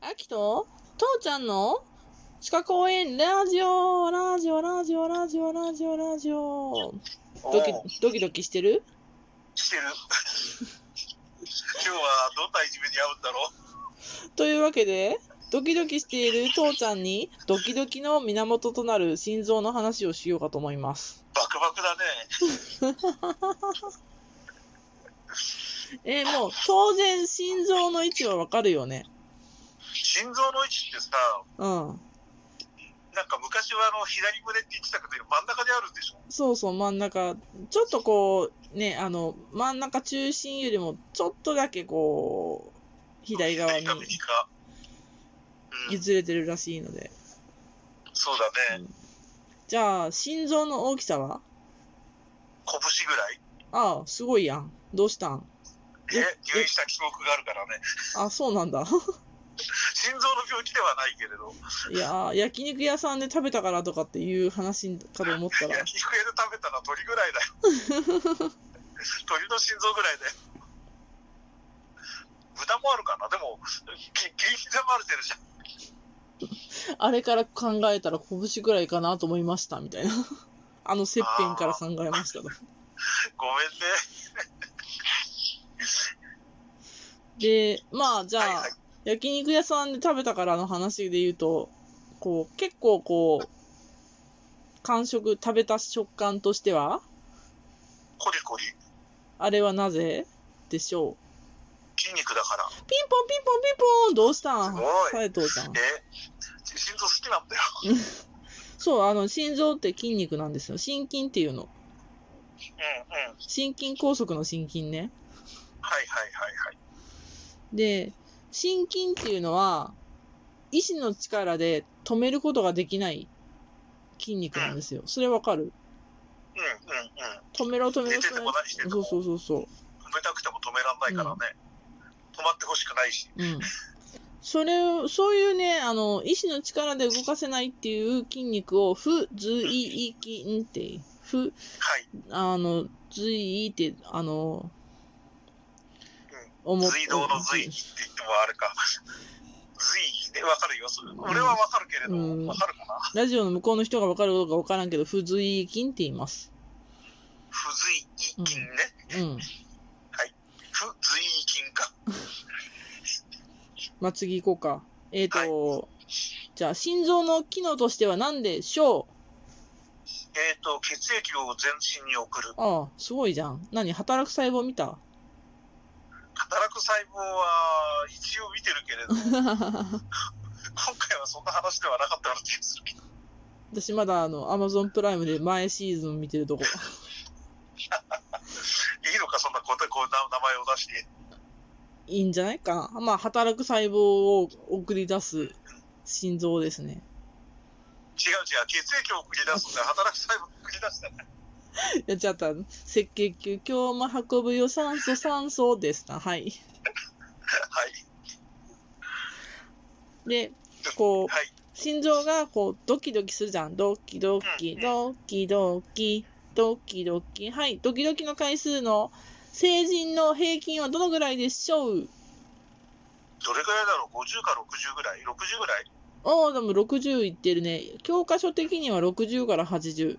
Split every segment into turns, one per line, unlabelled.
あきと、父ちゃんの、地下公園、ラジオ、ラジオ、ラジオ、ラジオ、ラジオ、ラジオ。ドキ
おう
ドキドキしてる
してる。 今日はどんないじめに遭うんだろう。
というわけで、ドキドキしている父ちゃんに、ドキドキの源となる心臓の話をしようかと思います。
バクバクだね。
えーもう、当然、心臓の位置はわかるよね。
心臓の位置ってさ、
うん。
なんか昔はあの左胸って言ってたけど、真ん中にあるんでしょ。
そうそう、真ん中。ちょっとこう、ね、あの、真ん中中心よりも、ちょっとだけこう、左側に
左か右か。うん、
譲れてるらしいので。
そうだね。
じゃあ、心臓の大きさは
拳ぐらい。
ああ、すごいやん。どうしたん
え
え、
入院した記憶があるからね。
あ、そうなんだ。
心臓の病気ではないけれど、
いやー、焼肉屋さんで食べたからとかっていう話かと思ったら、
焼き肉屋で食べたのは鳥ぐらいだよ。 鳥の心臓ぐらいだよ。豚もあるかなでも、き切り刻まれてるじゃん。
あれから考えたら拳ぐらいかなと思いました、みたいな。 あの切片から考えましたと。
ごめんね。
で、まあ、じゃあ、
はいはい
焼肉屋さんで食べたからの話で言うと、こう、結構こう、感触、食べた食感としては、
コリコリ。
あれはなぜでしょう
筋肉だから。
ピンポンピンポンピンポンどうしたん
すごい
斉藤ちゃん。
え心臓好きなんだよ。
そう、あの、心臓って筋肉なんですよ。心筋っていうの。
うんうん。
心筋梗塞の心筋ね。
はいはいはいはい。
で、心筋っていうのは、意志の力で止めることができない筋肉なんですよ。それわかる
うんうん
止
うん。
めろ止めろ。
寝てても何してて
そう
も
そうそうそう。
止めたくても止めらんないからね。止まってほしくないし。
うん。それを、そういうね、あの、意志の力で動かせないっていう筋肉を、不随意筋って、不、
はい。
あの、随意って、あの、思
随道の随って言ってもあれか。随でわかるよ。それ俺はわかるけれど、
うん
わかるかな。
ラジオの向こうの人が分かるかどうか分からんけど、不随意筋って言います。
不随意筋ね。
うん。
不随意筋か。
まあ、次行こうか。えっ、と、じゃあ、心臓の機能としては何でしょう
えっ、と、血液を全身に送る。
ああ、すごいじゃん。何働く細胞見た
働く細胞は一応見てるけ れど、今回はそんな話ではなかったような気がするけど。
私まだあの、アマゾンプライムで前シーズン見てると こ。
いいのか、そんなことこうな名前を出して。
いいんじゃないかな。まあ、働く細胞を送り出す心臓ですね。
違う違う、血液を送り出すんだよ働く細胞を送り出すんだよ
やっちゃった。赤血球、今日も運ぶよ、酸素、酸素でした。はい。
はい。
で、こう、
はい。
心臓がこうドキドキするじゃん。ドキドキ、
うん
ドキドキ、ドキドキ。はい、ドキドキの回数の成人の平均はどのぐらいでしょう
どれぐらいだろう ?50 か60ぐらい ?60 ぐらい
おお、でも60いってるね。教科書的には60から80。
80、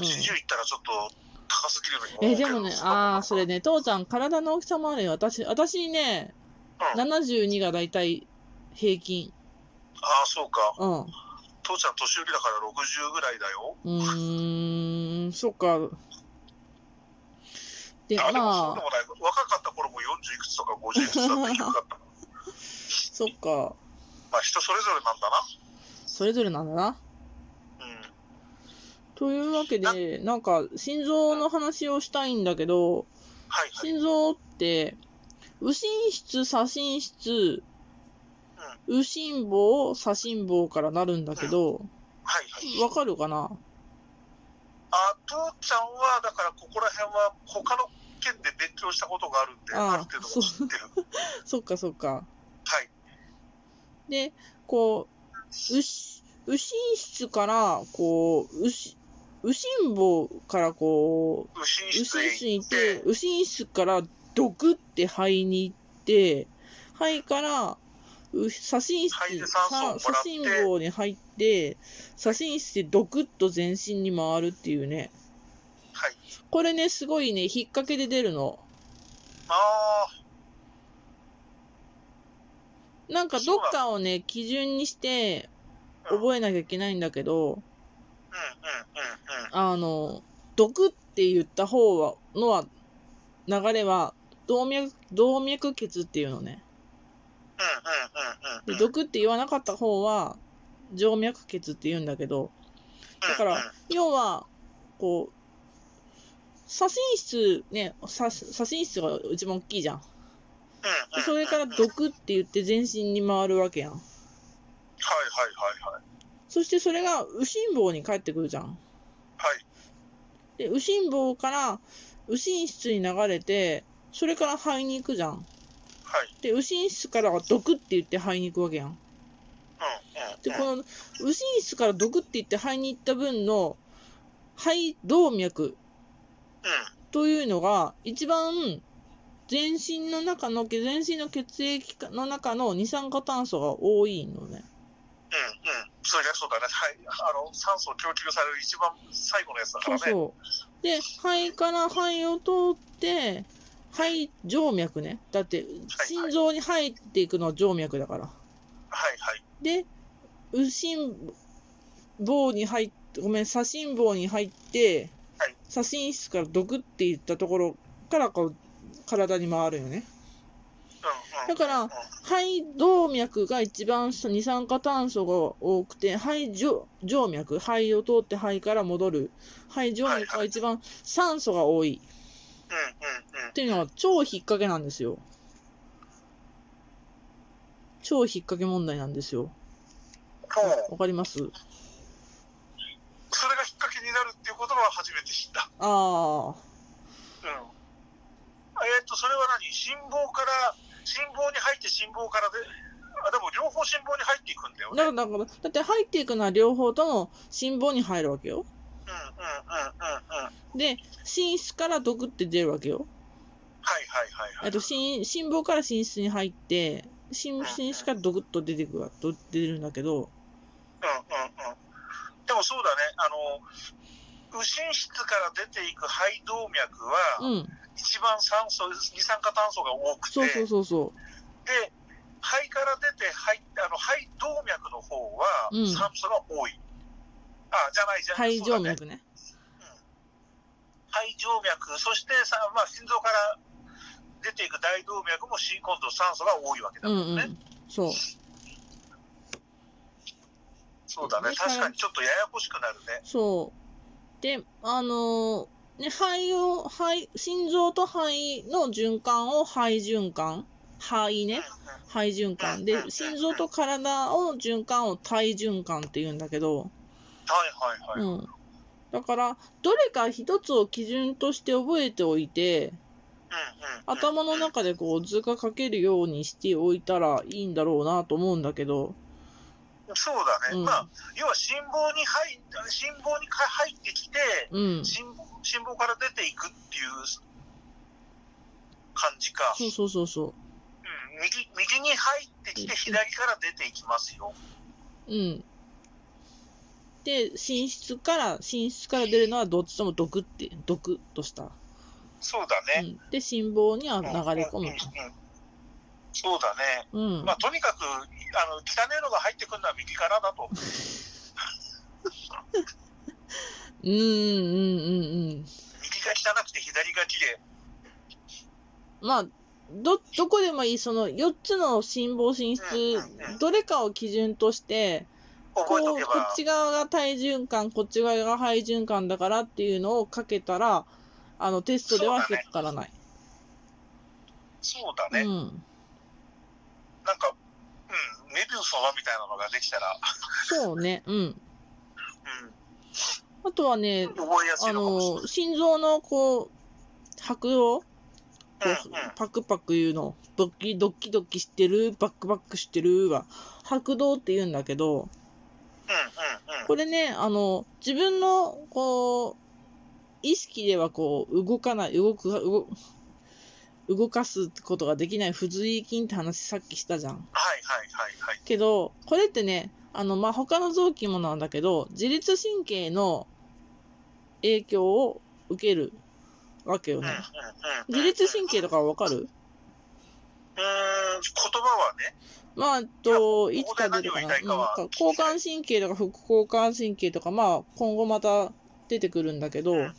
80いったらちょっと高すぎるのに
え、でもね、ああ、それ
ね。
ね、父ちゃん、体の大きさもあるよ。私、私ね、
うん、あ
72がだいたい平均。
あ、そうか。
うん。う
父ちゃん年寄りだから60ぐらいだよ。
ーん、そっか。で、
あ、でも
ま
そう
あ
で。もない。若かった頃も40いくつとか50いくつだ って低かった。
そっか。
まあ人それぞれなんだ
それぞれなんだな。
な。うん。
というわけで、なんか、心臓の話をしたいんだけど、
はいはい。
心臓って、右心室、左心室、右心房、左心房からなるんだけど、
はいはい。
わかるかな
あ、父ちゃんは、だからここら辺は他の県で勉強したことがあるんで、
ああ
ある程度は知ってる。
そっかそっか。
はい。
で、こう、右し右心室から、こう、右し右心房からこう、
右心
右
室へ
心室に行
行
っ、
ってて、
右心室からドクって肺に行って、肺からう左心室
肺で酸素をもらって
さ左心房に入って、左心室でドクッと全身に回るっていうね。
はい。
これね、すごいね、引っ掛けで出るの。
あー、
なんかどっかをね、基準にして覚えなきゃいけないんだけど、
うんうんうんうん。
あの、毒って言った方は、のは、流れは、動脈、動脈血っていうのね。
うんうんうんうん
で
うん。
毒って言わなかった方は、静脈血って言うんだけど、だか
うん
ら、要は、こう、左心室、ね、左左心室が一番大きいじゃん。
うんう
で
ん、
それから
うんうんはい
毒って言って全身に回るわけやん。
はいはいはい。
そしてそれが右心房に帰ってくるじゃん。
はい。
で、右心房から右心室に流れて、それから肺に行くじゃん。
はい。
で、右心室からは毒って言って肺に行くわけやん。で、
うんうんうん。
この右心室から毒って言って肺に行った分の肺動脈
うん。
というのが一番全身の中の、全身の血液の中の二酸化炭素が多いのね。
うんうん、それがそうだね、はい、あの酸素を供給される一番最後のやつだか
そ
ら
う
ね。うんうん
そう。で、肺から肺を通って、肺静脈ね。だって、心臓に入っていくのは静脈だから。
はいはい。
で、右心房に入って、ごめん、左心房に入って
はい、
左心室から毒っていったところからこう、体に回るよね。
うんうん、
だから
うん、
肺動脈が一番下二酸化炭素が多くて、肺静静脈、肺を通って肺から戻る。肺静脈が一番酸素が多い。
うんうんうん
っ。ていうのは超引っ掛けなんですよ。超引っ掛け問題なんですよ。
そう
わかります
それが引っ掛けになるっていうことは初めて知った。
ああ、
うん、えっ、と、それは何心房から、心房に入って心房からで、あでも両方心房に入っていくんだよ
だ
ね。
から、だから、だって入っていくのは両方とも心房に入るわけよ。
うんうんうんうんうん。
で、心室から毒って出るわけよ。
はいはいはいは
え
い。
っと、心、心房から心室に入って、心心室からドクッと出てくるわ、と出るんだけど、
うんうんうん。でもそうだね、あの、右心室から出ていく肺動脈は、
うん。
一番酸素二酸化炭素が多くて、
そうそうそうそ
で肺から出て肺あの肺動脈の方は
うん
酸素が多い。あじゃないじ
う。
ゃない
肺静脈ね。
肺静脈、そしてさ、まあ、心臓から出ていく大動脈もし今度酸素が多いわけだ
う
も
ん
ん
う
ね。
ん。そう。
そうだね、
だから
確かにちょっとややこしくなるね。
そう。で、あのーね、肺を、肺、心臓と肺の循環を肺循環。肺ね。肺循環。で、心臓と体を循環を体循環って言うんだけど、
はいはいはい。うんうん
うん。だから、どれか一つを基準として覚えておいて、頭の中でこう図が書けるようにしておいたらいいんだろうなと思うんだけど、
そうだね、
うん
まあ要は心房に入っ心房に入ってきて、
うん。
心心房から出ていくっていう感じか、
そうそうそうそう。
うん、右右に入ってきて左から出ていきますよ、
うん。で、寝室から、寝室から出るのはどっちとも毒って、毒とした。
そうだ
う
ね、
ん、で、心房には
う
流
ん
れ込む
うんうんそうだね、
と。うん
ま。あ、とにかくあの汚いのが入ってくるのは右からだと、
うんうんうんうん。
右が汚くて左が綺麗
まあ、ど、どこでもいい、その4つの心房心室
うんうんうん、
どれかを基準として、
覚え
ことう、
け
こ
ば
っ、ち側が体循環、こっち側が肺循環だからっていうのをかけたら、あの、テストでは
そうだ
引
ね
っかからない。
そうだ
う
ね、
ん。
なんか、うん、メビウスの輪みたいなのができたら、
そうね、うん。
うん、
あとはね、
覚えやす
あ
いのかもしれない
の、心臓のこう、拍を、こう
うんうん
パクパク言うの、ドキドキドキしてる、バックバックしてるは、拍動って言うんだけど、
うんうんうん
これね、あの、自分の、こう、意識ではこう、動かない、動く、動動かすことができない不随筋って話さっきしたじゃん。
はいはいはいはい。
けど、これってね、あの、まあ、他の臓器もなんだけど、自律神経の影響を受けるわけよ
うん
ね
うん。うん
自律神経とかはわかる
うーん、言葉はね、
まあ、えっと、い
いや
つから出るかな。
ここで何を言いたいかは
うんなんか交感神経とか副交感神経とか、まあ、今後また出てくるんだけど、
うんうんうん
な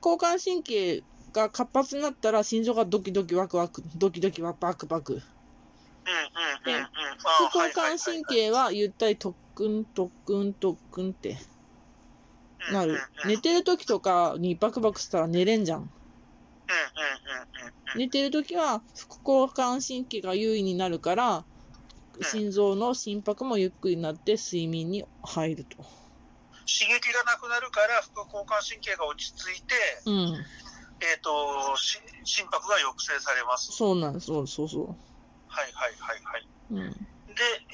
交感神経が活発になったら心臓がドキドキワクワク、ドキドキワクワクワク。
うんうんうんうんうんうん。
副
あー
交感神経はゆったり特訓、特訓、特訓ってなる。寝てる時とかにバクバクしたら寝れんじゃん。寝てる時は副交感神経が優位になるから、
うん
心臓の心拍もゆっくりになって睡眠に入ると。
刺激がなくなるから副交感神経が落ち着いて、
うん。
えっ、とし心拍が抑制されます。
そうなんそうそうそ
はいはいはいはい。
う。うん。
で、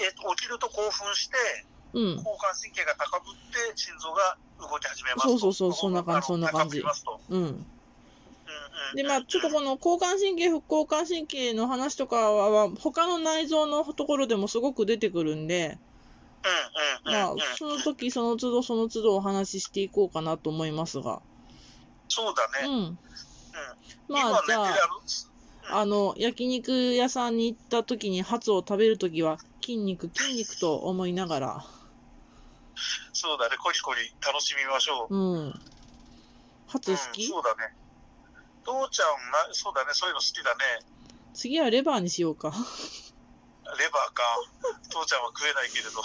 えーと、起きると興奮して、
うん。
交感神経が高ぶって心臓が動き始めますと。
そうそうそうそんな感じ
あの
そんな感じ
高ぶりますと
うん。
うんうん
で、まあ、ちょっとこの交感神経、副交感神経の話とかは、は他の内臓のところでもすごく出てくるんで、
うんうんうん
ま
う
あ
ん、
その時その都度その都度お話ししていこうかなと思いますが。
そうだ
うん。
ね。うん
ま
今
あ
ね、、
じゃあ
手、軽
あの、焼肉屋さんに行った時に、ハツを食べる時は、筋肉、筋肉と思いながら、
そうだね、コリコリ楽しみましょう。
うん。ハツ
うん、
好き
そうだね。父ちゃんが、そうだね、そういうの好きだね。
次はレバーにしようか。
レバーか。父ちゃんは食えないけれど。いや、い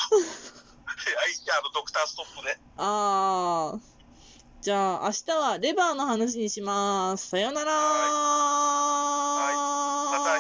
やあの、ドクターストップで。
ああ。じゃあ、明日はレバーの話にします。さよなら
はいまた